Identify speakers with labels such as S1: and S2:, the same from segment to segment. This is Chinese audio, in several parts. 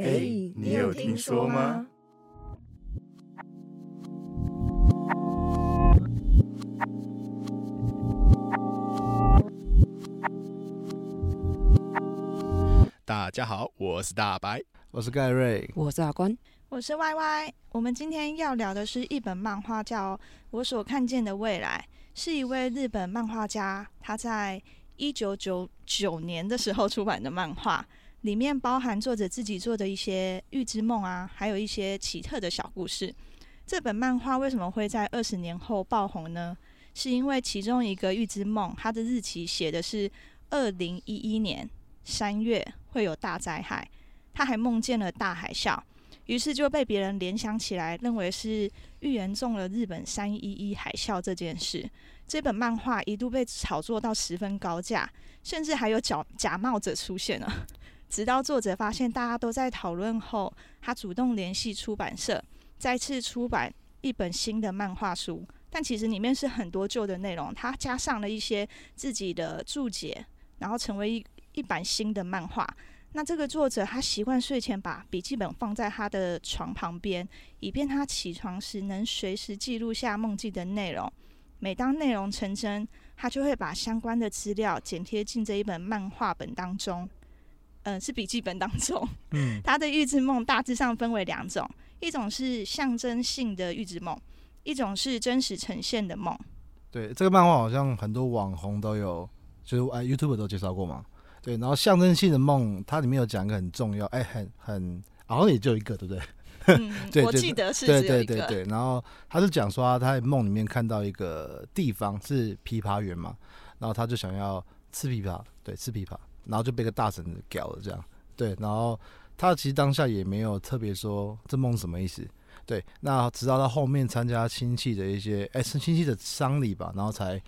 S1: 哎，你有听说吗？
S2: 大家好，我是大白。
S3: 我是盖瑞，
S4: 我是阿关，
S5: 我是 Y Y，我们今天要聊的是一本漫画，叫《我所看见的未来》，是一位日本漫画家，他在一九九九年的时候出版的漫画，里面包含作者自己做的一些预知梦啊，还有一些奇特的小故事。这本漫画为什么会在二十年后爆红呢？是因为其中一个预知梦，它的日期写的是二零一一年三月会有大灾害。他还梦见了大海啸，于是就被别人联想起来，认为是预言中了日本三一一海啸这件事。这本漫画一度被炒作到十分高价，甚至还有假假冒者出现了。直到作者发现大家都在讨论后，他主动联系出版社，再次出版一本新的漫画书。但其实里面是很多旧的内容，他加上了一些自己的注解，然后成为一一版新的漫画。那这个作者他习惯睡前把笔记本放在他的床旁边，以便他起床时能随时记录下梦境的内容。每当内容成真，他就会把相关的资料剪贴进这一本漫画本当中，嗯、是笔记本当中。
S3: 嗯，
S5: 他的预知梦大致上分为两种，一种是象征性的预知梦，一种是真实呈现的 梦。
S3: 对，这个漫画好像很多网红都有，就是哎 YouTube 都介绍过嘛。对，然后象征性的梦，它里面有讲一个很重要，哎，很很，好像也就一个，对不对？
S5: 嗯
S3: 对，
S5: 我
S3: 对
S5: 记得是只有
S3: 对
S5: 一个。
S3: 对对对，然后他就讲说啊他在梦里面看到一个地方是枇杷园嘛，然后他就想要吃枇杷，对，吃枇杷，然后就被个大婶子屌了这样，对，然后他其实当下也没有特别说这梦什么意思，对，那直到他后面参加亲戚的一些，哎，是亲戚的丧礼吧，然后才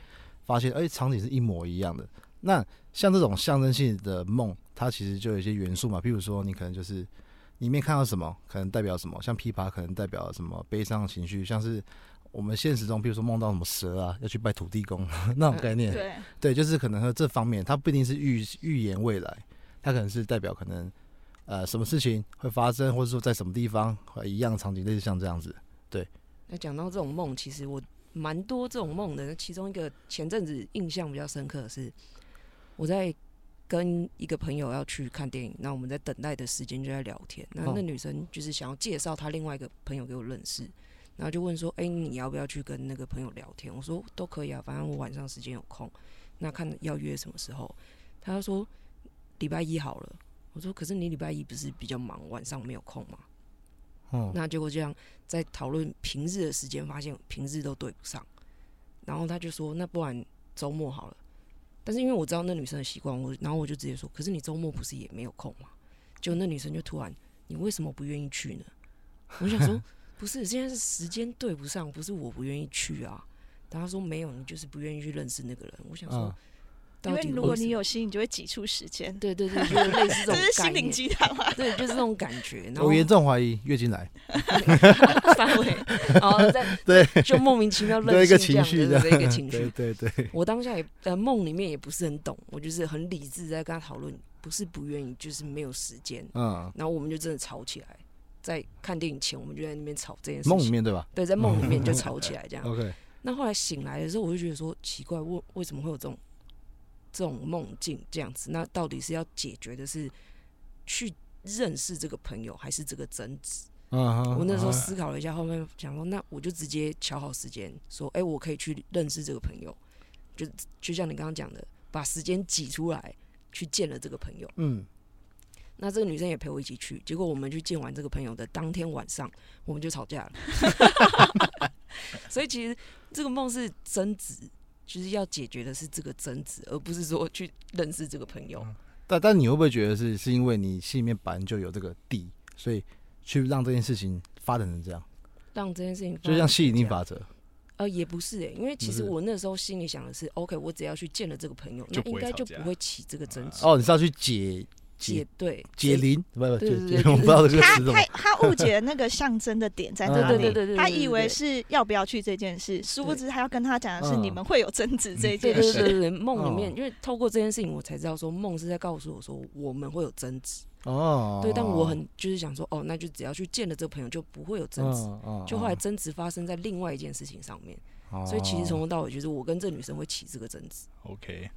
S3: 发现，哎，场景是一模一样的。那像这种象征性的梦，它其实就有一些元素嘛，譬如说你可能就是里面看到什么，可能代表什么，像琵琶可能代表什么悲伤的情绪，像是我们现实中，比如说梦到什么蛇啊，要去拜土地公 那种概
S4: 嗯
S3: 念，
S5: 对
S3: 对，就是可能和这方面，它不一定是预预言未来，它可能是代表可能呃什么事情会发生，或者说在什么地方呃一样的场景，类似像这样子，
S4: 那讲到这种梦，其实我蛮多这种梦的。那其中一个前阵子印象比较深刻的是，我在跟一个朋友要去看电影，那我们在等待的时间就在聊天。那
S3: 哦
S4: 那女生就是想要介绍她另外一个朋友给我认识，然后就问说：“哎、你要不要去跟那个朋友聊天？”我说：“都可以啊，反正我晚上时间有空，那看要约什么时候。”她就说：“礼拜一好了。”我说：“可是你礼拜一不是比较忙，晚上没有空吗？”
S3: 嗯，
S4: 那结果这样在讨论平日的时间，发现平日都对不上，然后他就说那不然周末好了。但是因为我知道那女生的习惯，我然后我就直接说，可是你周末不是也没有空吗？就那女生就突然，你为什么不愿意去呢？我想说不是，现在是时间对不上，不是我不愿意去啊。但他说没有，你就是不愿意去认识那个人。我想说，
S3: 嗯
S4: 到
S5: 因为
S4: 底
S5: 如果
S4: 为什
S5: 你
S4: 么
S5: 有心，你就会挤出时间。
S4: 对对对，就是类似这种
S5: 这 是
S4: 概
S5: 心灵
S4: 念，
S5: 鸡汤啊！
S4: 对，就是这种感觉。然后
S3: 我严重怀疑月经来。
S4: 范围，然后再
S3: 对
S4: 就莫名其妙
S3: 有
S4: 任
S3: 一个
S4: 性
S3: 情绪
S4: 这样
S3: 的
S4: 的一个情
S3: 对
S4: 绪。
S3: 对对，
S4: 我当下也呃梦里面也不是很懂，我就是很理智在跟他讨论，不是不愿意，就是没有时间。
S3: 嗯，
S4: 然后我们就真的吵起来，在看电影前我们就在那边吵这件事
S3: 梦里
S4: 情。
S3: 面对嗯吧
S4: 对，在梦里面就吵起来 这样。
S3: ？OK，
S4: 那后来醒来的时候，我就觉得说奇怪，为为什么会有这种这种梦境这样子？那到底是要解决的是去认识这个朋友，还是这个争执？
S3: 嗯哼，
S4: 我那时候
S3: 嗯
S4: 思考了一下，后面想说，那我就直接瞧好时间，说，哎、我可以去认识这个朋友，就就像你刚刚讲的，把时间挤出来去见了这个朋友。
S3: 嗯，
S4: 那这个女生也陪我一起去，结果我们去见完这个朋友的当天晚上，我们就吵架了。 所以其实这个梦是争执，就是要解决的是这个争执，而不是说去认识这个朋
S3: 嗯
S4: 友。
S3: 但但你会不会觉得是是因为你心里面本来就有这个地，所以去让这件事情发展成这样，
S4: 让这件事情发
S3: 就像吸引
S4: 嗯
S3: 力
S4: 生这样
S3: 法则，
S4: 呃，也不是哎、因为其
S3: 不
S4: 实
S3: 是
S4: 我那时候心里想的是，OK，我只要去见了这个朋友，
S2: 就
S4: 那
S2: 不
S4: 应
S2: 会
S4: 该
S2: 吵
S4: 就
S2: 架
S4: 不会起这个争执。
S3: 哦，你是要去解
S4: 解
S3: 解
S4: 对
S3: 解铃，不不，
S4: 对
S3: 解
S4: 对
S3: 解
S4: 对对
S3: 我不知道这个
S5: 他
S3: 词怎么
S5: 他，他误解了那个象征的点在
S3: 嗯
S5: 哪
S3: 对
S5: 里，
S3: 对
S4: 对
S3: 对
S4: 对
S5: 他
S4: 对对
S5: 以为
S4: 对
S5: 是要不要去这件事，殊不知他要跟他讲的是
S3: 嗯
S5: 你们会有争执这
S4: 对
S5: 件
S4: 对
S5: 事。
S4: 对对，梦里面
S3: 哦，
S4: 因为透过这件事情，我才知道说梦是在告诉我说我们会有争执，
S3: 哦，
S4: 对，但我很就是想说，哦，那就只要去见了这个朋友，就不会有争执。
S3: 嗯
S4: 就后来，争执发生在另外一件事情上面，
S3: 嗯
S4: 所以其实从
S3: 哦
S4: 头到尾就是我跟这女生会起这个争执，
S2: OK，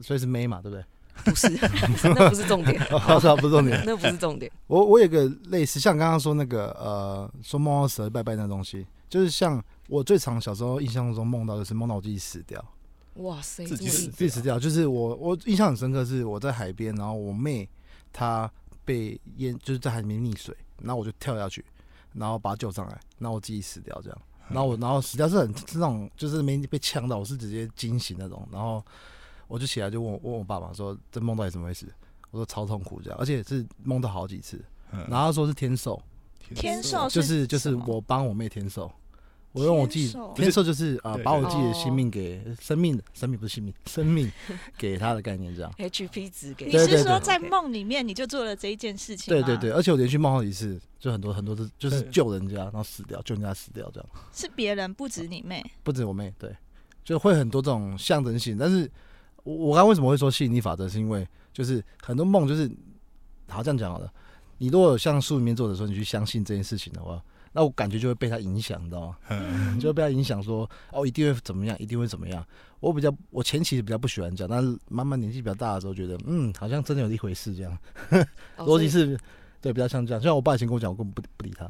S3: 所以是妹嘛，对不 对？
S4: 不是， 那不是重点，
S3: 哦，是啊，不是重点。
S4: 那不是重点。
S3: 我我有个类似，像刚刚说那个呃，说梦到蛇拜拜那东西，就是像我最常小时候印象中梦到，就是梦到我自己死掉，
S4: 哇塞，这
S2: 自
S4: 么
S2: 己 死
S4: 硬
S3: 自己死掉。就是我我印象很深刻，是我在海边，然后我妹她被淹，就是在海里面溺水，然后我就跳下去，然后把她救上来，然后我自己死掉这样。
S2: 嗯
S3: 然后我然后死掉是很是那种就是没被呛到，我是直接惊醒那种，然后我就起来就问我问我爸爸说这梦到底怎么回事？我说超痛苦这样，而且是梦到好几次。
S2: 嗯
S3: 然后他说是天寿，
S5: 天寿
S3: 就是就是
S5: 哦什么
S3: 我帮我妹天寿，我用我自己
S5: 天寿
S3: 天寿就是啊、呃
S2: 对
S3: 把我
S4: 对
S3: 自己的
S4: 哦
S3: 性命给生命生命不是性命生命给他的概念这样。
S4: HP 值给
S5: 你
S3: 对对
S5: 是说
S3: 对
S5: 在梦里面你就做了这一件事情？
S3: 对对对，，而且我连续梦好几次，就很多很多次就是
S2: 对
S3: 救人家，然后死掉，救人家死掉这样，
S5: 是别人不止你妹，
S3: 不止我妹，对，就会很多这种象征性。但是我我刚刚为什么会说吸引力法则，是因为就是很多梦就是好这样讲好了，你如果有像书里面作者说你去相信这件事情的话，那我感觉就会被他影响，你知道吗？
S5: 嗯
S3: 就被他影响说哦，一定会怎么样，一定会怎么样。我比较，我前期比较不喜欢讲，但是慢慢年纪比较大的时候，觉得嗯，好像真的有一回事这样，
S4: 哦
S3: 逻辑是。对，比较像这样。虽然我爸以前跟我讲，我根本不不理他。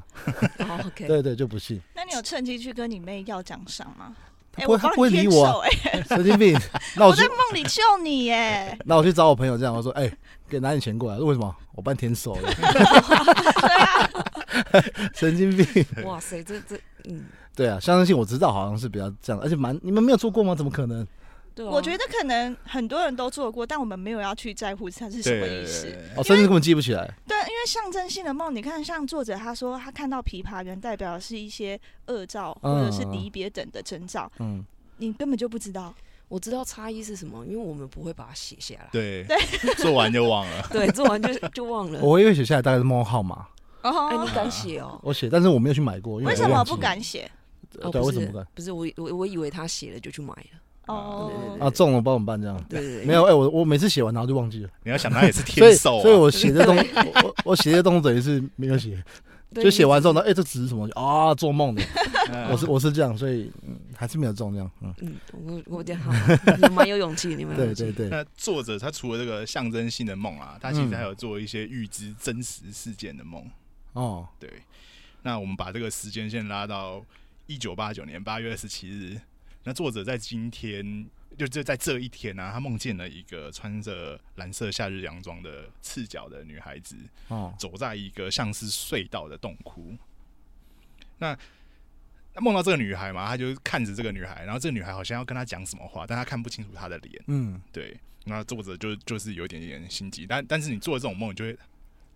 S4: 哦 OK，
S3: 对对，就不信，
S5: 那你有趁机去跟你妹要奖赏吗？
S3: 他
S5: 哎
S3: 不会，
S5: 帮
S3: 他
S5: 你
S3: 不会理
S5: 添
S3: 我
S5: 寿
S3: 啊，
S5: 哎、
S3: 神经 病。那
S5: 我
S3: 我去！
S5: 在，梦里救你耶
S3: 那我去找我朋友这样，我说，哎，给拿点钱过来。为什么？我办天手了。 神经病。
S4: 哇塞，这这嗯，
S3: 对啊，相信我知道，好像是比较这样，而且蛮你们没有做过吗？怎么可能？哦
S4: 对啊，
S5: 我觉得可能很多人都做过，但我们没有要去在乎它是什么意思。
S3: 哦，甚至根本记不起来。
S5: 对，因为象征性的梦，你看，像作者他说，他看到琵琶园代表的是一些恶兆或者是
S3: 嗯嗯嗯
S5: 离别等的征兆，
S3: 嗯，
S5: 你根本就不知道。
S4: 我知道差异是什么，因为我们不会把它写下来，
S2: 对对， 做完就忘了。
S4: 对，做完就就忘了。
S3: 我会写下来，大概是梦到号码。
S4: 哎，
S5: 哦
S4: 你敢写 哦？
S3: 我写，但是我没有去买过，因
S5: 为
S3: 我
S5: 什么
S3: 忘记
S5: 不敢写？
S3: 了？
S4: 哦，
S3: 对，
S4: 不
S3: 为什
S4: 是
S3: 么不敢？
S4: 不是我我我以为他写了就去买了，
S5: 哦
S4: 对对对
S3: 啊，中了帮我们办这样。
S4: 对对对，
S3: 没有，哎、我我每次写完然后就忘记了，
S2: 你要想，他也是
S3: 所以
S2: 天寿啊，
S3: 所以我写的东，我我我写的东西等于是没有写，
S4: 对，
S3: 就
S4: 你
S3: 写完之后呢，哎、这只是什么啊？做梦的，
S2: 嗯
S3: 我是我是这样，所以、嗯、还是没有中这样，嗯，
S4: 嗯，我我这样好，你们蛮有勇气，你们蛮有
S3: 对
S4: 勇气
S3: 对对，
S2: 那作者他除了这个象征性的梦啊，他其
S3: 嗯
S2: 实还有做一些预知真实事件的梦。
S3: 哦，
S2: 对，那我们把这个时间线拉到一九八九年八月二十七日，那作者在今天。就就在这一天呢、啊，他梦见了一个穿着蓝色夏日洋装的赤脚的女孩子，
S3: 哦，
S2: 走在一个像是隧道的洞窟。那那梦到这个女孩嘛，他就看着这个女孩，然后这个女孩好像要跟他讲什么话，但他看不清楚她的脸。
S3: 嗯，
S2: 对，那作者就就是有一点点心急，但但是你做这种梦，你就会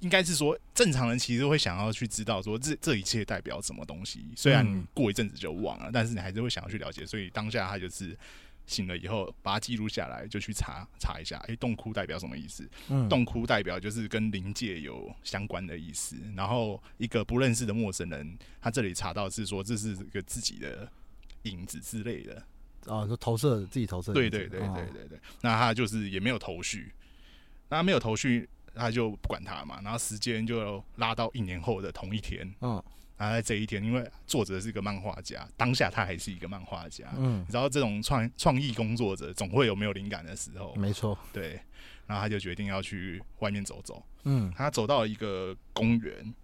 S2: 应该是说正常人其实会想要去知道说这这一切代表什么东西，虽然你
S3: 嗯
S2: 过一阵子就忘了，但是你还是会想要去了解，所以当下他就是。醒了以后，把它记录下来，就去查查一下，诶，洞窟代表什么意思？
S3: 嗯，
S2: 洞窟代表就是跟灵界有相关的意思。然后一个不认识的陌生人，他这里查到是说这是一个自己的影子之类的。
S3: 哦，就投射自己投射，
S2: 对对对
S3: 哦
S2: 对对对。那他就是也没有头绪，那他没有头绪，他就不管他嘛。然后时间就拉到一年后的同一天。
S3: 嗯
S2: 然后在这一天，因为作者是一个漫画家，当下他还是一个漫画家。
S3: 嗯
S2: 你，知道这种创创意工作者总会有没有灵感的时候，
S3: 没错，
S2: 对。然后他就决定要去外面走走。
S3: 嗯，
S2: 他走到一个公园，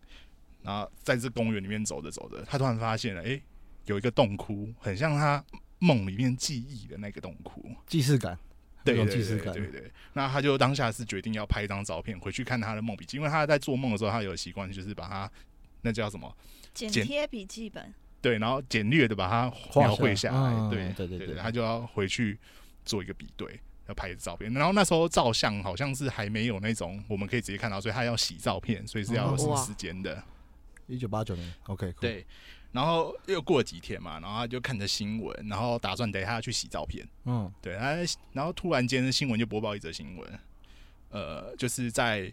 S2: 然后在这公园里面走着走着，他突然发现了，诶，有一个洞窟，很像他梦里面记忆的那个洞窟，
S3: 既视感，
S2: 对
S3: 有
S2: 对
S3: 种既视
S2: 对
S3: 感，
S2: 对对。那他就当下是决定要拍一张照片回去看他的梦笔记，因为他在做梦的时候，他有习惯就是把他那叫什么
S5: 剪
S2: 剪
S5: 贴笔记本，
S2: 对，然后简略的把它
S3: 画
S2: 描
S3: 下
S2: 绘
S3: 来
S2: 下
S3: 嗯
S2: 来，对
S3: 对对
S2: 对
S3: 对
S2: 他就要回去做一个比对。要拍照片，然后那时候照相好像是还没有那种我们可以直接看到，所以他要洗照片，所以是要
S3: 哦
S2: 有
S4: 哇
S2: 时间的。
S3: 一九八九年，OK，cool，
S2: 对，然后又过了几天嘛，然后他就看着新闻，然后打算等一下去洗照片。
S3: 嗯
S2: 对，他然后突然间新闻就播报一则新闻，呃，就是在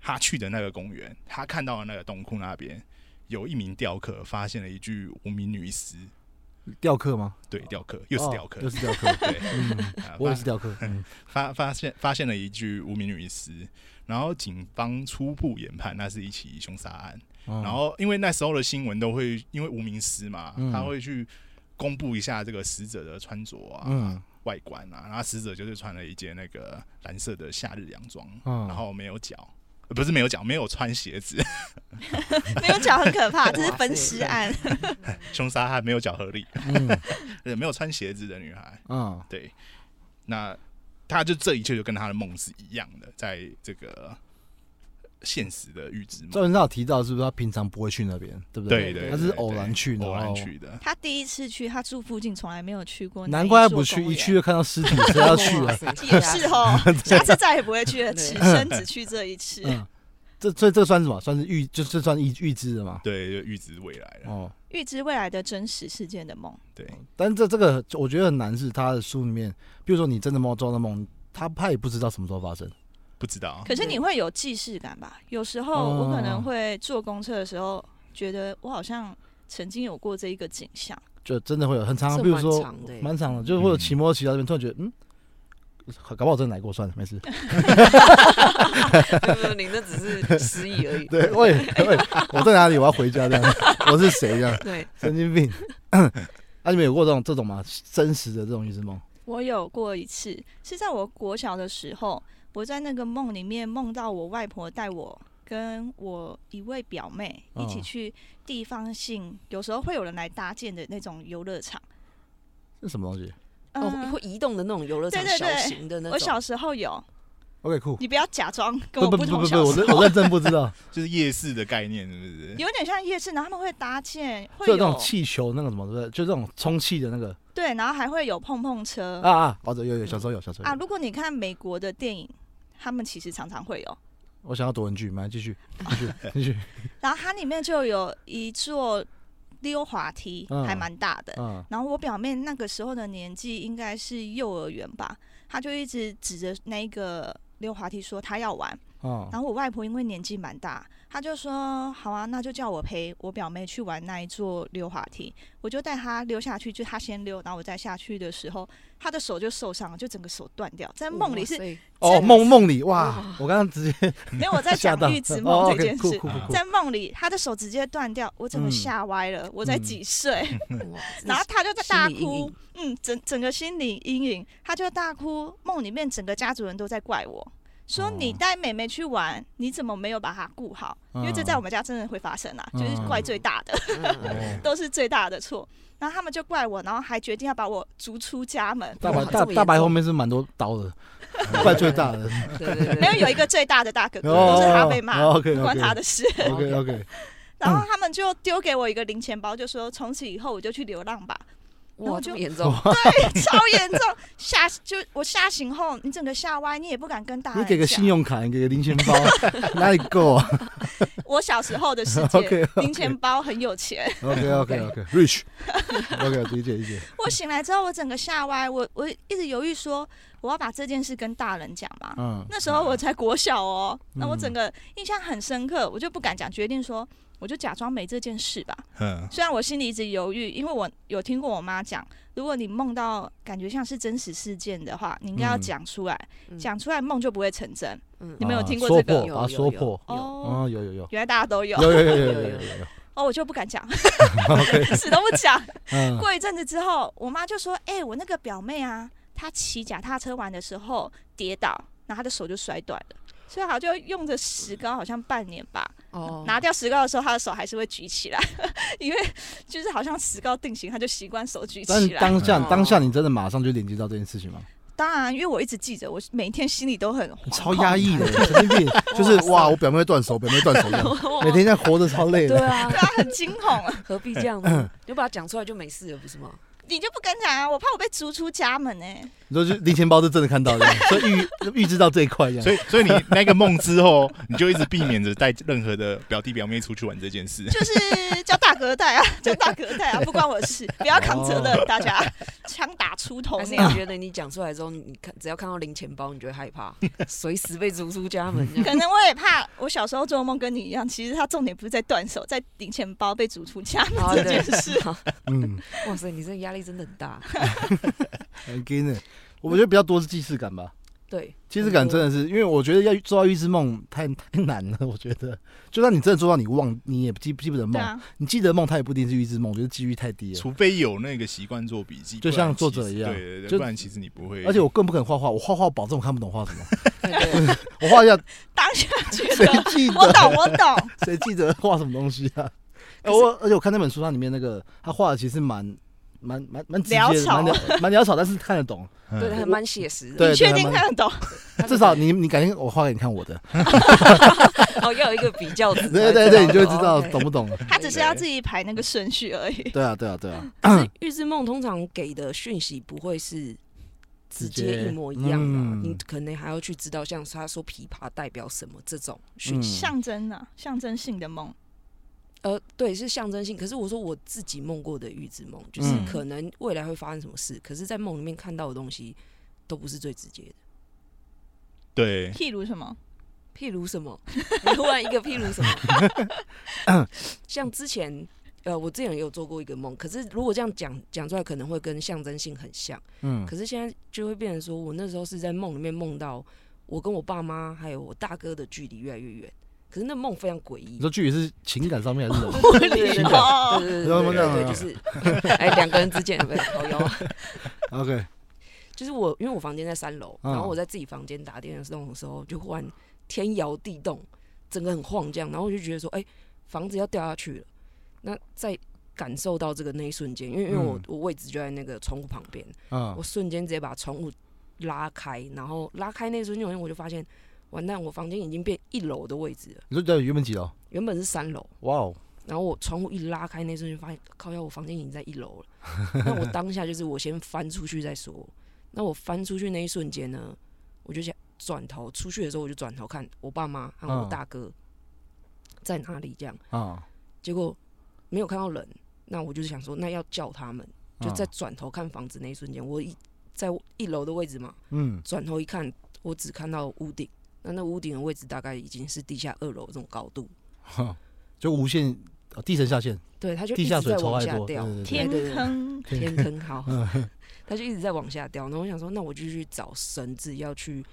S2: 他去的那个公园，他看到的那个洞窟那边，有一名雕刻发现了一具无名女尸，
S3: 雕刻吗？
S2: 对，雕刻又是雕刻
S3: 哦，又是雕刻。
S2: 对，
S3: 嗯，
S2: 啊
S3: 我也是雕刻。嗯，
S2: 发发现发现了一具无名女尸，然后警方初步研判那是一起凶杀案。
S3: 嗯
S2: 然后因为那时候的新闻都会因为无名尸嘛，
S3: 嗯
S2: 他会去公布一下这个死者的穿着啊、
S3: 嗯
S2: 外观啊，然后死者就是穿了一件那个蓝色的夏日洋装，
S3: 嗯，
S2: 然后没有脚。呃不是没有脚，没有穿鞋子，
S5: 没有脚很 可怕，这是分尸案。
S2: 凶杀案没有脚合理，
S3: 嗯
S2: 对，没有穿鞋子的女孩，
S3: 嗯
S2: 对，那她就这一切就跟她的梦是一样的，在这个现实的预知
S3: 赵
S2: 梦，
S3: 文上有提到，是不是他平常不会去那边，对不
S2: 对
S3: 对？
S2: 对，
S3: 他是
S2: 对
S3: 偶然
S2: 对
S3: 去，
S2: 偶然
S3: 后。
S2: 去的，
S5: 他第一次去，他住附近，从来没有去过。
S3: 难怪他不去，一去，就看到尸体，谁要去啊？
S5: 也是 哦，下次再也不会去了，
S4: 对
S5: 此生只去这一次。
S3: 嗯，这这这算什么？算是预，就这算预预知的嘛？
S2: 对，就预知未来了，
S3: 哦，
S5: 预知未来的真实事件的梦，
S2: 对，
S3: 但这这个我觉得很难，是他的书里面，比如说你真的梦做的梦，他他也不知道什么时候发生。
S2: 不知
S3: 哦
S2: 道，
S5: 可是你会有既视感吧？有时候我可能会坐公车的时候，觉得我好像曾经有过这一个景象。
S3: 就真的会有很长，
S4: 这
S3: 比如
S4: 蛮
S3: 说
S4: 长的欸
S3: 蛮长的，就是会有骑摩托骑到这边，突然觉得嗯，搞不好真的来过，算了，没事。
S4: 没有没有，你那只是失忆而已。
S3: 对，喂喂，我在哪里？我要回家这样， 我是谁这样？
S4: 对，
S3: 神经病。 啊，你们有过这种这种吗？真实的这种预知梦？
S5: 我有过一次，是在我国小的时候，我在那个梦里面梦到我外婆带我跟我一位表妹
S3: 哦
S5: 一起去地方性，有时候会有人来搭建的那种游乐场。
S3: 是什么东西
S4: 哦
S5: 嗯，
S4: 会移动的那种游乐场，
S5: 对对
S4: 小
S5: 对
S4: 型的那种。
S5: 我小时候有，
S3: ？OK，酷。
S5: 你不要假装跟
S3: 不
S5: 我
S3: 不
S5: 同
S3: 不不，
S5: 小
S3: 我
S5: 时
S3: 认
S5: 候，
S3: 我认真不 知道，
S2: 就是夜市的概念，是不是？嗯
S5: 有点像夜市，然后他们会搭建，会
S3: 就有
S5: 有
S3: 那种气球那个什么，对不对？就这种充气的那个
S5: 对，然后还会有碰碰车
S3: 啊啊，哦，有有小时候有小时候
S5: 啊
S3: 有。
S5: 如果你看美国的电影，他们其实常常会有，
S3: 我想要躲文具，来继 续继续继续，
S5: 然后它里面就有一座溜滑梯，
S3: 嗯
S5: 还蛮大的。
S3: 嗯
S5: 然后我表妹那个时候的年纪应该是幼儿园吧，她就一直指着那个溜滑梯说她要玩。
S3: 嗯
S5: 然后我外婆因为年纪蛮大，她就说好啊，那就叫我陪我表妹去玩那一座溜滑梯。我就带她溜下去，就她先溜，然后我再下去的时候，她的手就受伤了，就整个手断掉。在梦里是
S4: 哇塞
S3: 哦，梦梦里哇
S4: 哇，
S3: 我刚刚直接
S5: 没有我在
S3: 吓
S5: 讲
S3: 到
S5: 预知
S3: 哦
S5: 梦这
S3: ，OK，
S5: 件
S3: 酷
S5: 事
S3: 酷，酷酷
S5: 在梦里她的手直接断掉，我整个
S3: 嗯
S5: 吓歪了。我才
S3: 嗯
S5: 几岁？
S4: 哇
S5: 然后他就在大
S4: 心理阴
S5: 哭
S4: 影，
S5: 嗯，整整个心理阴影，他就大哭，梦里面整个家族人都在怪我，说
S3: 哦
S5: 你带妹妹去玩，你怎么没有把她顾好？因为这在我们家真的会发生
S3: 嗯
S5: 啊，就是怪最大的，
S4: 嗯
S3: 哦
S5: 都是最大的错。然后他们就怪我，然后还决定要把我逐出家门。
S3: 大白
S4: 哇
S3: 大
S4: 这么
S3: 大白
S4: 严重
S3: 后面是蛮多刀的，怪最大的，
S4: 对对对，
S5: 没有有一个最大的大哥哥，
S3: 哦
S5: 都是他被骂，
S3: ，OK
S5: 不关他
S3: OK
S5: 的事。
S3: OK OK，嗯
S5: 然后他们就丢给我一个零钱包，就说从此以后我就去流浪吧。 然后
S4: 哇，
S5: 就
S4: 这么严重，
S5: 超严重，吓就我吓醒后，你整个吓歪，你也不敢跟大人
S3: 你
S5: 讲。
S3: 给个信用卡，你给个零钱包， 哪里够啊
S5: 我小时候的世 界，
S3: ？OK
S5: 零钱包很有钱。
S3: OK OK OK，Rich OK 理解理解，
S5: 我醒来之后，我整个吓歪，我我一直犹豫说，我要把这件事跟大人讲嘛。
S3: 嗯
S5: 那时候我才国小哦，那我
S3: 嗯
S5: 整个印象很深刻，我就不敢讲，决定说。我就假装没这件事吧，
S2: 嗯，
S5: 虽然我心里一直犹豫，因为我有听过我妈讲，如果你梦到感觉像是真实事件的话，你应该要
S3: 嗯
S5: 讲出来，
S4: 嗯
S5: 讲、出来梦就不会成真。
S4: 嗯
S5: 你们有
S3: 啊
S5: 听过
S3: 说
S5: 这个
S3: 破把它说破，
S5: 哦
S3: 啊有有有
S5: 原来大家都有
S3: 有有有有有
S4: 有
S3: 有
S4: 有
S3: 有，
S5: 哦，我就不敢 讲， 死都不讲。
S3: 嗯
S5: 过一阵子之后，我妈就说：“哎、我那个表妹啊，她骑脚踏车玩的时候跌倒，然后她的手就摔断了。”所以好像就用着石膏，好像半年吧。
S4: 哦，
S5: 拿掉石膏的时候，她的手还是会举起来， 因为就是好像石膏定型，她就习惯手举
S3: 但
S5: 起
S3: 是
S5: 来。
S3: 当下
S4: 哦
S3: 当下你真的马上就连接到这件事情吗？
S5: 当然，因为我一直记着，我每天心里都很惶恐
S3: 超压。抑的，神经病，就是哇，我表妹会断手，表妹会断手这 样，每天在活得超累
S4: 对
S3: 的。
S4: 啊
S5: 对，啊，很惊恐，
S4: 何必这样呢？你就把它讲出来就没事了，不是吗？
S5: 你就不敢讲啊！我怕我被逐出家门呢、
S3: 你说就零钱包是真的看到的，所以预预知到这一块这样。
S2: 所以，所以你那个梦之后，你就一直避免着带任何的表弟表妹出去玩这件事。
S5: 就是叫大哥带啊，叫大哥带啊，不关我的事，不要扛责任，大家枪打出头
S4: 还是
S5: 那
S4: 你
S5: 样。
S4: 觉得你讲出来之后，你看只要看到零钱包，你就会害怕，随时被逐出家门这样。
S5: 可能我也怕，我小时候做梦跟你一样，其实他重点不是在断手，在零钱包被逐出家门
S4: 啊
S5: 这
S4: 对
S5: 件事。
S3: 嗯，
S4: 哇塞，你这压力真的很大。
S3: 很 g 呢。我觉得比较多是既视感吧，
S4: 对，
S3: 既视感真的是，因为我觉得要做到预知梦太 太难了。我觉得，就算你真的做到，你忘你也记记不得
S5: 对
S3: 梦，
S5: 啊，
S3: 你记得梦，它也不一定是预知梦，我觉得几率太低了。
S2: 除非有那个习惯做笔记，
S3: 就
S2: 不然
S3: 像作
S2: 其实
S3: 者一样
S2: 对对
S3: 就
S2: 对，不然其实你不会。
S3: 而且我更不肯画画，我画画保证我看不懂画什么，
S4: 很多，
S3: 我画一下
S5: 当下觉
S3: 谁
S5: 得
S3: 记
S5: 我
S3: 得
S5: 懂，我懂，
S3: 谁记得画什么东西 啊？
S4: 可是
S3: 呃我而且我看那本书，它里面那个他画的其实蛮蛮蛮蛮直接
S5: 潦
S3: 的，
S5: 草
S3: 蛮潦蛮潦草，但是看 得懂。
S2: 嗯
S4: 对，对，还蛮写实的。
S3: 对
S5: 你确定
S3: 还蛮
S5: 看得懂？
S3: 至少你你改天我画给你看 我的，
S4: 哦，要有一个比较值才知道。
S3: 对 对对，你就会知
S4: 哦
S3: 道
S4: ，OK
S3: 懂不懂了。
S5: 他只是要自己排那个顺序而已。
S3: 对啊对啊对啊，
S4: 可是预知梦通常给的讯息不会是直接一模一样的啊，
S3: 直接嗯
S4: 你可能还要去知道，像他说琵琶代表什么这种讯
S3: 嗯
S4: 息。
S5: 象征啊，象征性的梦，
S4: 呃，对，是象征性。可是我说我自己梦过的预知梦，就是
S3: 嗯
S4: 可能未来会发生什么事，可是在梦里面看到的东西都不是最直接的。
S2: 对，
S5: 譬如什么？
S4: 譬如什么？ 你突然一个譬如什么？ 像之前，呃，我之前也有做过一个梦，可是如果这样讲讲出来，可能会跟象征性很像。
S3: 嗯，
S4: 可是现在就会变成说，我那时候是在梦里面梦到我跟我爸妈还有我大哥的距离越来越远，可是那梦非常诡异
S3: 你。说距离是情感上面还是人？
S4: 对对对
S3: 情
S4: 对
S3: 感
S5: 哦，
S4: 对对
S3: 不要
S4: 对
S3: 这样啊
S4: 对，就是哎，两个人之间有没有靠腰？
S3: OK，
S4: 就是我，因为我房间在三楼，
S3: 嗯
S4: 然后我在自己房间打电动的时候，就忽然天摇地动，整个很晃这样，然后我就觉得说，哎、房子要掉下去了。那在感受到这个那一瞬间，因为因为我、
S3: 嗯
S4: 我位置就在那个窗户旁边，
S3: 嗯
S4: 我，瞬间直接把窗户拉开，然后拉开那一瞬间，我就发现，完蛋，我房间已经变一楼的位置了，
S3: 你说对，原本几楼？
S4: 原本是三楼，
S3: 哇哦，
S4: 然后我窗户一拉开那瞬间，发现靠呀，我房间已经在一楼了。 那我当下就是我先翻出去再说。那我翻出去那一瞬间呢，我就想转头出去的时候，我就转头看我爸妈和我
S3: 嗯
S4: 大哥在哪里这样。
S3: 啊，
S4: 结果没有看到人，那我就是想说，那要叫他们。就
S3: 嗯
S4: 在转头看房子那一瞬间，我一在一楼的位置嘛，
S3: 嗯
S4: 转头一看，我只看到屋顶。那那屋顶的位置大概已经是地下二楼这种高度，
S3: 哼，就无限呃地层下陷，
S4: 对，它就
S3: 地
S4: 一
S3: 下
S4: 直
S3: 水
S4: 在
S3: 超
S4: 往
S3: 爱
S4: 下
S3: 多，对
S4: 掉。
S3: 对对，嗯
S5: 天
S4: 对对对
S5: 坑，
S4: 天坑 好， 他就一直在往下掉。然后我想说，那我就去找绳子，要去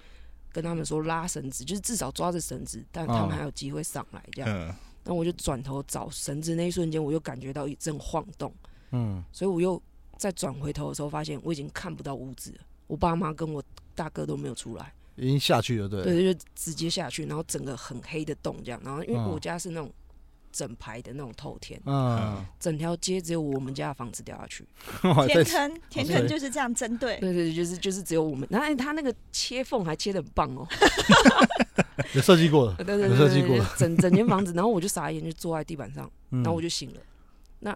S4: 跟他们说拉绳子，就是至少抓着绳子，但他们
S3: 嗯
S4: 还有机会上来这样。
S2: 嗯，
S4: 那我就转头找绳子，那一瞬间我又感觉到一阵晃动，
S3: 嗯
S4: 所以我又再转回头的时候，发现我已经看不到屋子了。我爸妈跟我大哥都没有出来，
S3: 已经下去了，对，
S4: 对，就直接下去，然后整个很黑的洞这样。然后因为
S3: 嗯
S4: 我家是那种整排的那种透天，
S3: 嗯，
S4: 整条街只有我们家的房子掉下去。
S3: 哇
S5: 天
S3: 在
S5: 坑，天
S3: 对
S5: 坑就是这样针
S3: 欸
S5: 对。
S4: 对对对，就是就是只有我们。然后他那个切缝还切的很棒 哦，
S3: 有设计过了，
S4: 对对对
S3: 有设计
S4: 对
S3: 过
S4: 对，整整间房子。然后我就傻眼，就坐在地板上，
S3: 嗯
S4: 然后我就醒了。那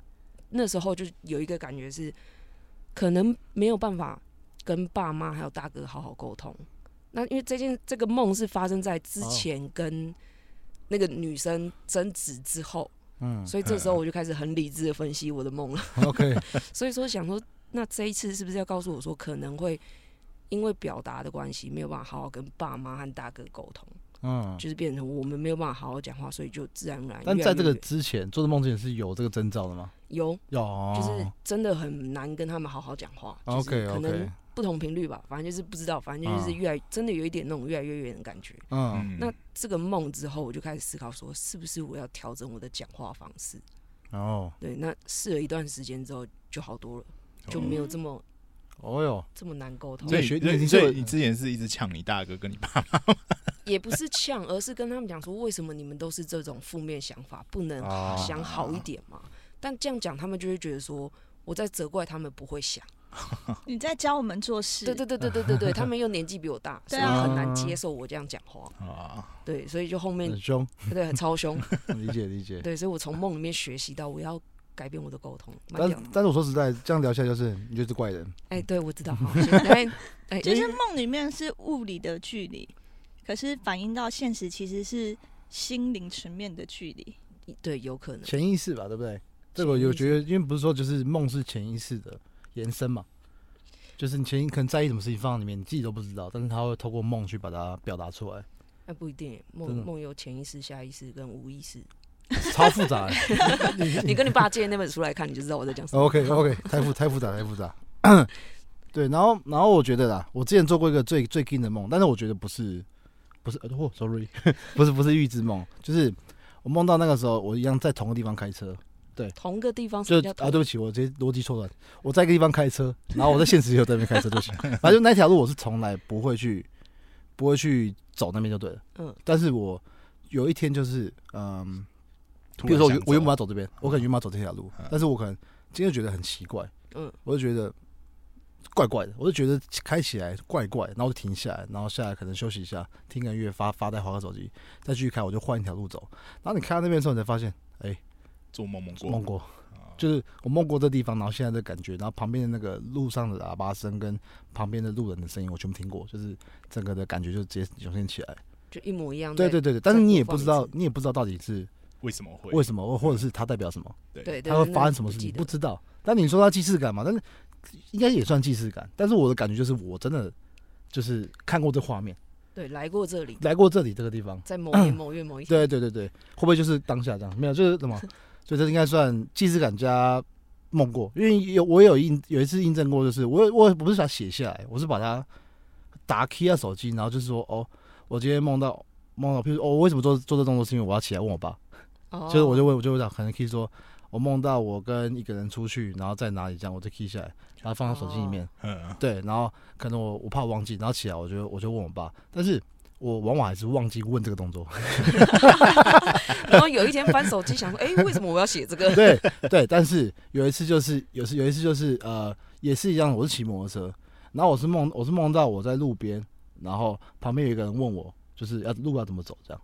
S4: 那时候就有一个感觉是，可能没有办法跟爸妈还有大哥好好沟通。那因为这件这个梦是发生在
S3: 哦
S4: 之前跟那个女生争执之后，
S3: 嗯
S4: 所以这时候我就开始很理智的分析我的梦了。
S3: ，OK，
S4: 所以说想说，那这一次是不是要告诉我说，可能会因为表达的关系，没有办法好好跟爸妈和大哥沟通，
S3: 嗯，
S4: 就是变成我们没有办法好好讲话，所以就自然而然越来
S3: 但
S4: 越远。
S3: 在这个之前，做的梦之前是有这个征兆的吗？
S4: 有，
S3: 有，
S4: 就是真的很难跟他们好好讲话，就是
S3: OK
S4: 可能
S3: OK，
S4: 不同频率吧，反正就是不知道，反正就是
S3: 嗯
S4: 越来真的有一点那种越来越远的感觉。
S3: 嗯，
S2: 嗯
S4: 那这个梦之后，我就开始思考说，是不是我要调整我的讲话方式？嗯
S3: 然后，
S4: 对，那试了一段时间之后就好多了，就没有这么
S3: 哦哟，
S4: 这么难沟通
S2: 嗯所。以
S3: 学
S2: 所
S3: 你已
S2: 以
S3: 经
S2: 所
S3: 做
S2: 以你之前是一直呛你大哥跟你爸妈，
S4: 也不是呛，而是跟他们讲说，为什么你们都是这种负面想法，不能
S3: 啊
S4: 想好一点嘛？但这样讲，他们就会觉得说我在责怪他们不会想。
S5: 你在教我们做事，
S4: 对对对对对对对，他们又年纪比我大，所
S5: 对
S4: 以
S5: 啊
S4: 很难接受我这样讲话。
S2: 啊，
S4: 对，所以就后面
S3: 很凶，
S4: 对超凶。
S3: 理解理解，
S4: 对，所以我从梦里面学习到，我要改变我的沟通，蛮
S3: 但
S4: 屌的。
S3: 但是我说实在，这样聊下来就是你就是怪人，
S4: 哎、对，我知道。好谢谢哎哎，
S5: 就是
S4: 因为
S5: 梦里面是物理的距离，可是反映到现实其实是心灵层面的距离。
S4: 对，有可能。
S3: 潜意识吧，对不对？这个我有觉得，因为不是说就是梦是潜意识的延伸嘛，就是你潜意可能在意什么事情放在里面，你自己都不知道，但是他会透过梦去把它表达出来，
S4: 那不一定，梦
S3: 真的
S4: 梦有潜意识、下意识跟无意识。
S3: 超复杂、欸。
S4: 你跟你爸借那本书来看，你就知道我在讲什么。
S3: OK OK，太复太复杂太复杂。对，然后然后我觉得啦，我之前做过一个最最近的梦，但是我觉得不是不是，哦，sorry，不 是不是预知梦，就是我梦到那个时候，我一样在同个地方开车，
S4: 同个地方什
S3: 就
S4: 么叫
S3: 啊，
S4: 同
S3: 对不起，我直接逻辑错乱，我在一个地方开车，然后我在现实也有在那边开车就 行，反正就那条路我是从来不会去不会去走那边就对了，
S4: 嗯，
S3: 但是我有一天就是嗯。
S2: 突
S3: 比如
S2: 然
S3: 说我
S2: 想
S3: 原我原本
S2: 走
S3: 要走这边，我可能原本要走这条路，
S2: 嗯
S3: 但是我可能今天就觉得很奇怪，
S4: 嗯，
S3: 我就觉得怪怪的，我就觉得开起来怪怪，然后我就停下来，然后下来可能休息一下，听个音乐，发发呆，划个手机，再继续开，我就换一条路走。然后你开到那边的时候，你才发现
S2: 做梦梦过，啊
S3: 梦过，就是我梦过这地方，然后现在的感觉，然后旁边的那个路上的喇叭声跟旁边的路人的声音，我全部听过，就是整个的感觉就直接涌现起来。
S4: 就一模一样。
S3: 对对对对，但是你也不知
S4: 播
S3: 道
S4: 放一，
S3: 你也不知道到底是
S2: 为什么会？
S3: 为什么，或或者是它代表什么。
S4: 对对，
S3: 它会
S4: 对
S3: 发生什么事情不？知道。但你说它既视感嘛，但是应该也算既视感。但是我的感觉就是，我真的就是看过这画面，
S4: 那对，来过这里，
S3: 来过这里这个地方。
S4: 在某年某月某一天。
S3: 对对对对，会不会就是当下这样？没有，就是 什么？所以这应该算既视感加梦过，因为有我有印有一次印证过，就是我我不是想写下来，我是把它打开下手机，然后就是说哦，我今天梦到梦到，譬如说哦，我为什么做做这动作，是因为我要起来问我爸。
S4: 哦
S3: 就是我就问，我就会讲，可能可以说，我梦到我跟一个人出去，然后在哪里这样，我就 key 下来，然后放到手机里面，
S2: 嗯，
S3: 对，然后可能我我怕我忘记，然后起来我就我就问我爸，但是我往往还是忘记问这个动作，
S4: 然后有一天翻手机，想说，哎，为什么我要写这个？
S3: 对对，但是有一次就是有时有一次就是呃也是一样，我是骑摩托车，然后我是梦我是梦到我在路边，然后旁边有一个人问我，就是要路要怎么走这样。
S2: 嗯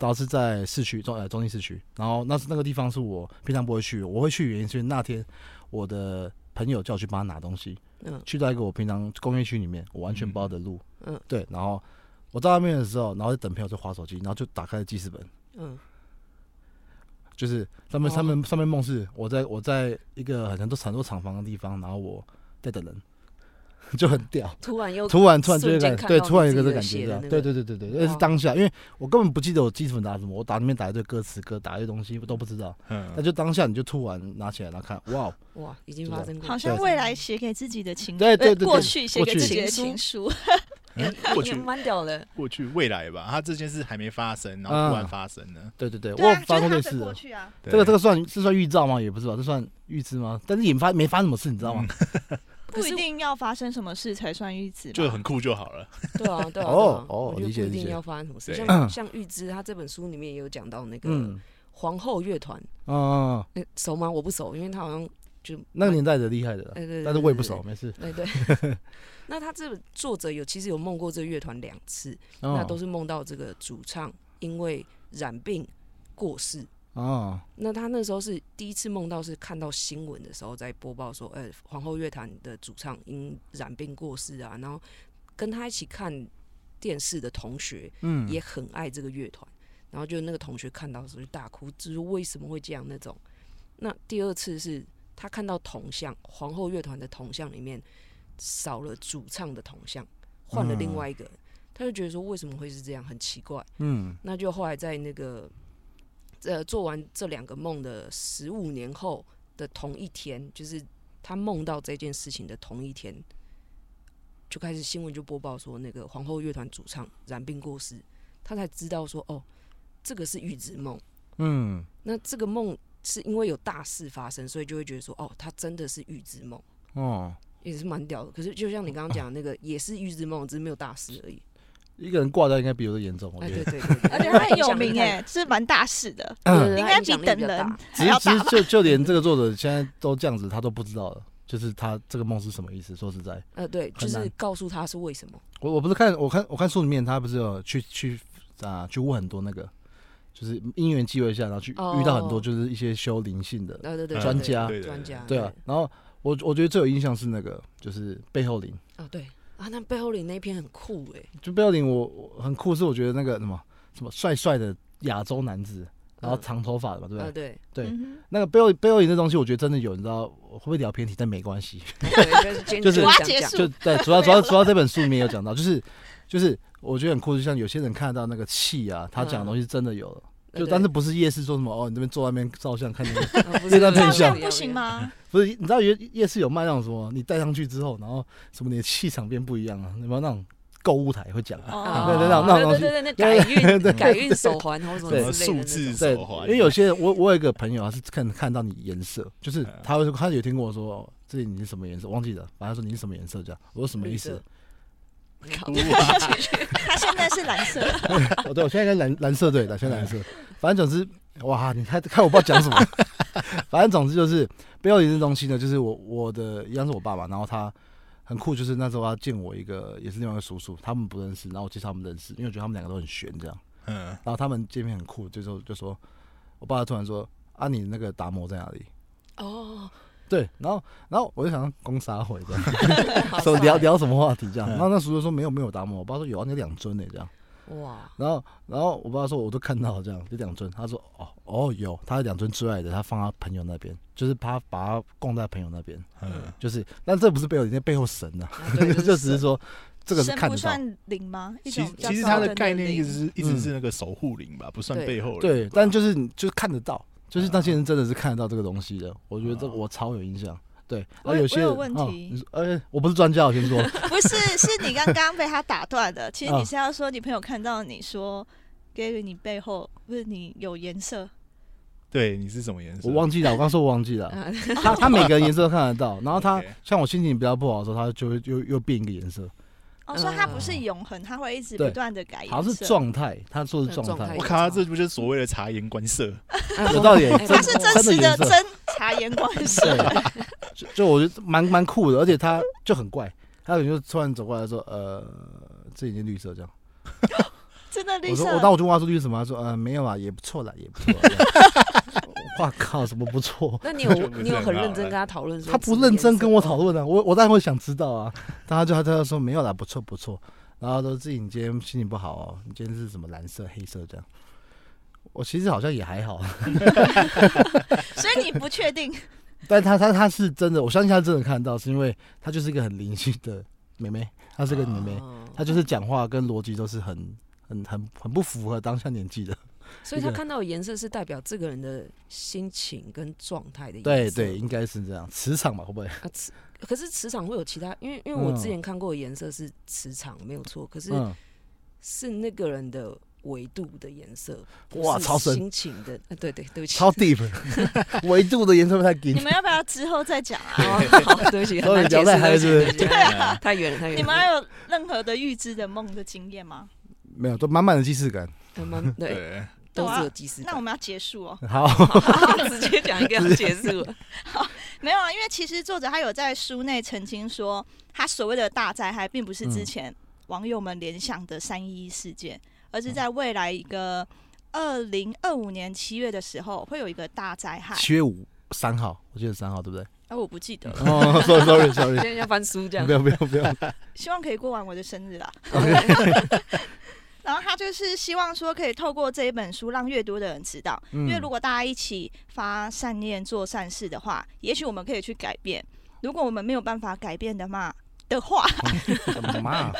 S3: 然后是在市区中呃中心市区，然后那是那个地方是我平常不会去的，我会去的原因是因为那天我的朋友叫我去帮他拿东西，
S4: 嗯
S3: 去到一个我平常工业区里面我完全不知道的路，
S4: 嗯
S3: 对，然后我到那边的时候，然后就等朋友在划手机，然后就打开了记事本，
S4: 嗯，
S3: 就是上面
S4: 哦
S3: 上面上面梦是我在我在一个很多很多厂房的地方，然后我在等人， 就很屌。
S4: 突然又
S3: 突然突然就会
S4: 瞬间
S3: 感觉
S4: 看
S3: 对，
S4: 到
S3: 突然有
S4: 你
S3: 一个
S4: 自己的
S3: 这感觉
S4: 写
S3: 这
S4: 的
S3: 样，
S4: 那
S3: 对
S4: 个哦
S3: 对对对对，那是
S4: 哇
S3: 当下，因为我根本不记得我基本打什么，我打里面打一堆歌词歌，打一堆东西我都不知道，
S2: 嗯
S3: 那就当下你就突然拿起来然后看，哇哦，
S4: 哇，已经发生过，
S5: 好像未来写给自己的情，
S3: 对对
S5: 呃
S3: 对
S5: 过
S3: 对
S5: 去写
S3: 过
S5: 给
S3: 去
S5: 自己的情书，
S2: 嗯过
S4: 也
S2: 去
S4: 蛮屌的。
S2: 过去未来吧，他这件事还没发生，然后突然发生了，
S3: 对对对，
S5: 对
S3: 我有
S5: 啊，
S3: 发
S5: 就
S3: 过
S5: 是
S3: 类
S5: 他
S3: 似
S5: 的
S3: 的
S5: 过，去啊。
S2: 对
S3: 嗯这个这个算是算预兆吗？也不是吧，这算预知吗？但是也发没发生什么事，你知道吗？
S4: 可
S5: 不
S4: 是
S5: 一定要发生什么事才算预知吧，
S2: 就很酷就好了。
S4: 对啊，对啊，对
S3: 哦
S4: 啊
S3: 哦
S4: 我觉得
S3: 理解
S4: 不一
S3: 理
S4: 定
S3: 解
S4: 要发生什么事。
S2: 对
S4: 像像预知，他这本书里面也有讲到那个
S3: 嗯
S4: 皇后乐团，
S3: 嗯嗯，嗯
S4: 那熟吗？我不熟，因为他好像就
S3: 那个年代的厉害的啦，
S4: 哎对，
S3: 但是我也不熟，。没事。
S4: 对 对，那他这个作者有其实有梦过这个乐团两次，那
S3: 那
S4: 都是梦到这个主唱因为染病过世。
S3: 哦，
S4: 那他那时候是第一次梦到，是看到新闻的时候在播报说，呃，皇后乐团的主唱因染病过世啊，然后跟他一起看电视的同学
S3: 嗯，
S4: 也很爱这个乐团，然后就那个同学看到的时候就大哭，就是为什么会这样那种。那第二次是他看到铜像，皇后乐团的铜像里面少了主唱的铜像，换了另外一个人，他就觉得说为什么会是这样，很奇怪。
S3: 嗯
S4: 那就后来在那个呃做完这两个梦的十五年后的同一天，就是他梦到这件事情的同一天，就开始新闻就播报说那个皇后乐团主唱染病过世，他才知道说哦，这个是预知梦。
S3: 嗯，
S4: 那这个梦是因为有大事发生，所以就会觉得说哦，他真的是预知梦，
S3: 哦，
S4: 也是蛮屌的。可是就像你刚刚讲的那个，也是预知梦，只是没有大事而已。
S3: 一个人挂掉应该比我的严重，我
S4: 哎，对
S3: 觉得。
S4: 对对，对
S5: 而且他很有
S4: 影
S5: 名
S4: 响力
S5: 哎，是蛮大事的，
S4: 太对对对
S5: 应
S4: 他
S5: 该
S4: 影响力
S5: 等
S4: 较
S5: 人
S4: 大
S5: 还
S3: 其
S5: 要
S3: 实其
S5: 大
S3: 实
S5: 吧。
S3: 就就连这个作者现在都这样子，他都不知道了，就是他这个梦是什么意思。说实在，
S4: 呃，对，就
S3: 很
S4: 是
S3: 难
S4: 告诉他是为什么。
S3: 我我不是看我看我看书里面，他不是有去去啊去问很多那个就是因缘际会下，然后去
S4: 哦
S3: 遇到很多就是一些修灵性的，
S4: 呃对对，
S3: 专
S4: 对
S3: 家
S2: 对
S4: 专家，
S3: 对啊。然后我我觉得最有印象是那个就是背后灵，
S4: 啊对啊，那背后里那一篇很酷哎，
S3: 就背后灵我我很酷，是我觉得那个什么什么帅帅的亚洲男子，然后
S4: 嗯
S3: 长头发的嘛，对不
S4: 啊
S3: 对？
S4: 对，
S3: 对
S5: 嗯
S3: 那个背后背后灵这东西，我觉得真的有，你知道会不会聊偏题？但没关系，
S4: 对
S3: 就
S4: 就是是
S5: 哇
S4: 讲
S5: 结
S4: 讲
S5: 束
S3: 就对， 主要主要主要这本书里面有讲到，就是就是我觉得很酷，就像有些人看得到那个气啊，他讲的东西真的有了。
S4: 嗯
S3: 就
S4: 对
S3: 但是不是夜市说什么哦，你这边坐外面照相看那个，
S4: 啊不
S3: 这
S4: 是
S3: 段
S5: 哼，照
S3: 分享
S5: 相不行？吗？
S3: 不是你知道夜夜市有卖那种什么，你戴上去之后，然后什么你的气场变不一样啊，有没有那种购物台会讲 啊？
S4: 不
S5: 哦
S4: 要，
S3: 对对
S4: 不
S3: 那
S4: 要
S3: 种那种
S4: 啊
S3: 东
S4: 对
S3: 西
S4: 对对，那改
S3: 对
S4: 运改运手环或什么
S3: 对
S4: 之类的
S2: 数
S4: 那
S2: 字
S4: 种
S3: 对，
S2: 手环
S3: 因为有些我我有一个朋友，他是看看到你颜色，就是
S2: 嗯
S3: 他会说他有听过我说，哦这里你是什么颜色，忘记了，反正他说你是什么颜色这样，我说什么意
S4: 绿
S3: 思
S4: 色？靠
S5: 他现在是蓝色，
S3: 哦，对，我现在跟蓝蓝色队打，现在蓝色。反正总之，哇，你看看我不知道讲什么。 反正总之就是背后一件东西呢，就是我我的一样是我爸爸，然后他很酷，就是那时候他见我一个也是另外一个叔叔，他们不认识，然后我介绍他们认识，因为我觉得他们两个都很悬这样。
S2: 嗯，
S3: 然后他们见面很酷，就说就说，我爸突然说啊，你那个达摩在哪里？
S4: 哦，
S3: 对，然后然后我就想攻杀回这样，
S4: 好
S3: 说聊
S4: 帅
S3: 聊什么话题这样。
S2: 嗯
S3: 然后那叔叔说没有没有达摩，我爸说有啊，你有两尊呢这样。
S4: 哇，
S3: 然后，然后我爸说，我都看到了这样，就两尊。他说，哦哦，有，他两尊之外的，他放他朋友那边，就是他把他供在朋友那边，
S2: 嗯
S3: 就是，但这不是背后，人家背后神呐、啊，
S4: 啊 对
S3: 就只是说这个是
S5: 神
S3: 看
S5: 不
S3: 得到，
S5: 算灵吗？一
S2: 其
S5: 种
S2: 实
S5: 比较
S2: 其实
S5: 高
S2: 它
S5: 等
S2: 的
S5: 的
S2: 概念一
S5: 灵
S2: 直是一直是那个守护灵吧，不算
S4: 对
S2: 背后灵。
S3: 嗯对，
S2: 吧
S3: 但就是你就是看得到，就是那些人真的是看得到这个东西的。我觉得这个我超有印象，对。然
S5: 我
S3: 后
S5: 有
S3: 些
S5: 我
S3: 人
S5: 有问
S3: 哦
S5: 题
S3: 你说呃、我不是专家，我先说，
S5: 不是，是你刚刚被他打断的。其实
S3: 啊
S5: 你是要说你朋友看到你说 Gary，你背后不是你有颜色，
S2: 对，你是什么颜色？
S3: 我忘记了，我刚说我忘记了。
S4: 啊
S3: 他他每个颜色都看得到，然后他
S2: OK
S3: 像我心情比较不好的时候，他就会又又变一个颜色。
S5: 哦，所以它不是永恒，它会一直
S3: 对
S5: 不断的改颜色。
S3: 好像是状态，他说的
S4: 嗯
S3: 状
S4: 状
S3: 态
S4: 态
S2: 我，靠，这不就是所谓的察言观色？
S4: 啊
S3: 有道理
S4: 哎
S3: 真
S5: 它是真实的
S3: 真的颜色
S5: 真察言观色。
S3: 对，就就我觉得蛮蛮酷的，而且他就很怪，他有时候突然走过来说，呃，这已经绿色这样，
S5: 真的绿
S3: 我
S5: 色
S3: 说，我，当我就问他说绿色吗？他说，呃，没有啊，也不错啦，也不错啦。 哇靠，什么不错？
S4: 那你有
S2: 就不是
S4: 你有
S2: 很
S4: 很
S2: 好
S4: 认真
S2: 了
S4: 跟他讨论说
S3: 他不
S4: 什么
S3: 认真
S4: 颜
S3: 跟
S4: 色
S3: 我讨论啊，我我当然会想知道啊，但他就他就说没有啦，不错不错，然后说自己你今天心情不好哦，你今天是什么蓝色黑色这样。我其实好像也还好，
S5: 所以你不确定。
S3: 但他他他是真的，我相信他真的看得到，是因为他就是一个很灵性的妹妹，她是个女妹，
S4: 哦
S3: 她就是讲话跟逻辑都是很很很很不符合当下年纪的。
S4: 所以
S3: 一个
S4: 他看到的颜色是代表这个人的心情跟状态的颜
S3: 对
S4: 色
S3: 对，应该是这样，磁场嘛，会不会？
S4: 啊磁，可是磁场会有其他，因为因为我
S3: 嗯
S4: 之前看过的颜色是磁场没有错，可是
S3: 嗯，
S4: 是那个人的维度的颜色，不
S3: 哇
S4: 是
S3: 超深
S4: 心情的，啊、对对对不起，
S3: 超 deep，维度的颜色不太
S5: 你
S3: 紧，
S5: 们要不要之后再讲 啊？
S4: 哦好对 不起，很
S3: 所以
S4: 难解
S3: 聊
S4: 释
S3: 太
S4: 对
S3: 嗨
S4: 不起
S3: 是不是
S4: 对不起太太远了 太远了，
S5: 你们还有任何的预知的梦的经验吗？
S3: 没有，都满满的既视感。
S4: 他们对
S3: 嗯
S2: 对，
S4: 都
S5: 懂
S4: 是
S5: 啊
S4: 有即视
S5: 那我
S4: 感，
S5: 们要结束哦。
S3: 好，
S4: 直接讲一个要结束 了，
S5: 没有啊，因为其实作者他有在书内曾经说，他所谓的大灾害，并不是之前网友们联想的三一一事件，而是在未来一个二零二五年七月的时候，会有一个大灾害。
S3: 七月五三号，我记得三号对不对？
S5: 而啊我不记得了，
S3: 哦，sorry sorry sorry，
S4: 现在要翻书这样
S3: 不，要不要不 要，
S5: 希望可以过完我的生日啦。然后他就是希望说，可以透过这一本书，让越多的人知道。
S3: 因
S5: 因为如果大家一起发善念、做善事的话，也许我们可以去改变。如果我们没有办法改变的嘛的话，
S3: 嘛，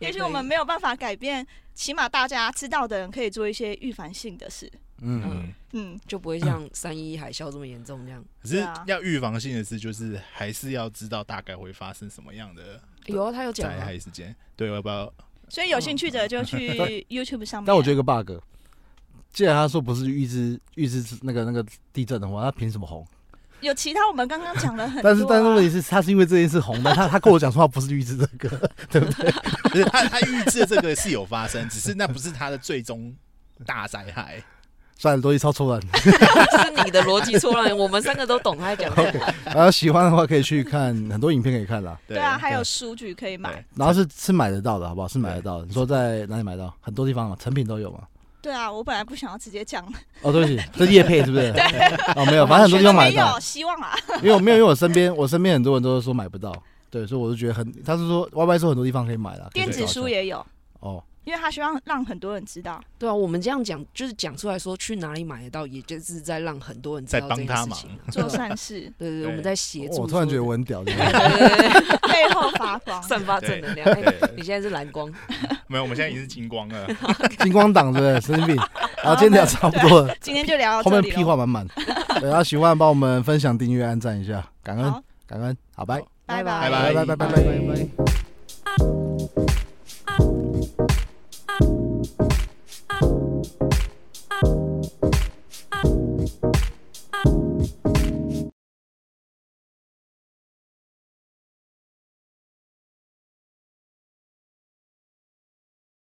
S5: 也许我们没有办法改变，起码大家知道的人可以做一些预防性的事。
S3: 嗯，
S2: 嗯。
S5: 嗯，
S4: 就不会像三一一海啸这么严重这样。
S2: 可是
S5: 对啊
S2: 要预防性的是，就是还是要知道大概会发生什么样的
S4: 有啊，他有讲
S2: 灾
S4: 啊，
S2: 害事件。对，我要不要？
S5: 所以有兴趣的就 去 YouTube 上面。
S3: 哦但我觉得有个 bug，既然他说不是预知预知那个那个地震的话，他凭什么红？
S5: 啊有其他我们刚刚讲了很多、啊，
S3: 但是但是问题是，他是因为这件事红的，他他跟我讲说他不是预知这个，
S2: 不是他他预知的这个是有发生，只是那不是他的最终大灾害。
S3: 算了，逻辑超错乱。
S4: 这是你的逻辑错乱，我们三个都懂他在讲什 么。
S3: 然后喜欢的话可以去看很多影片可以看啦，
S5: 对啊，还有书局可以买。
S2: 对
S3: 然后是是买得到的，好不好？是买得到的。你说在哪里买到？很多地方嘛，成品都有嘛。
S5: 对啊，我本来不想要直接讲，
S3: 哦，对不起，这是叶配是 不是？哦，没有，反正很多地
S5: 都
S3: 方买
S5: 没
S3: 得到
S5: 有，希望啊。
S3: 因为我没有，因为我身边我身边很多人都是说买不到，对，所以我就觉得很，他是说 Y Y 说很多地方可以买啦，可以
S5: 电
S3: 去
S5: 子
S3: 找一
S5: 书
S3: 下
S5: 也有，
S3: 哦，
S5: 因为他希望让很多人知 道。
S4: 对啊，我们这样讲就是讲出来说去哪里买得到，也就是在让很多人知
S2: 在
S4: 道
S2: 帮
S4: 这件
S2: 他
S4: 事
S2: 忙
S4: 情啊。，
S5: 做善事
S4: 对对
S2: 对
S4: 对，我们在协助说。
S3: 我突然觉得我很屌，这
S4: 对
S3: 样
S4: 对对
S5: 背后发光
S4: 对。散发正能量。哎，
S2: 对，
S4: 你现在是蓝光，
S2: 没有，我们现在已经是金光了。
S3: 金光党对不对？神经病。好，今天聊差不多了，
S5: 今天就聊到 这
S3: 后面
S5: 里哦
S3: 屁
S5: 了，
S3: 话满满。对，然后喜欢帮我们分享、订阅、按赞一下，感恩
S5: 好，
S3: 感恩，好，拜，
S4: 拜
S5: 拜
S2: 拜
S3: 拜拜拜拜拜拜拜。
S5: 拜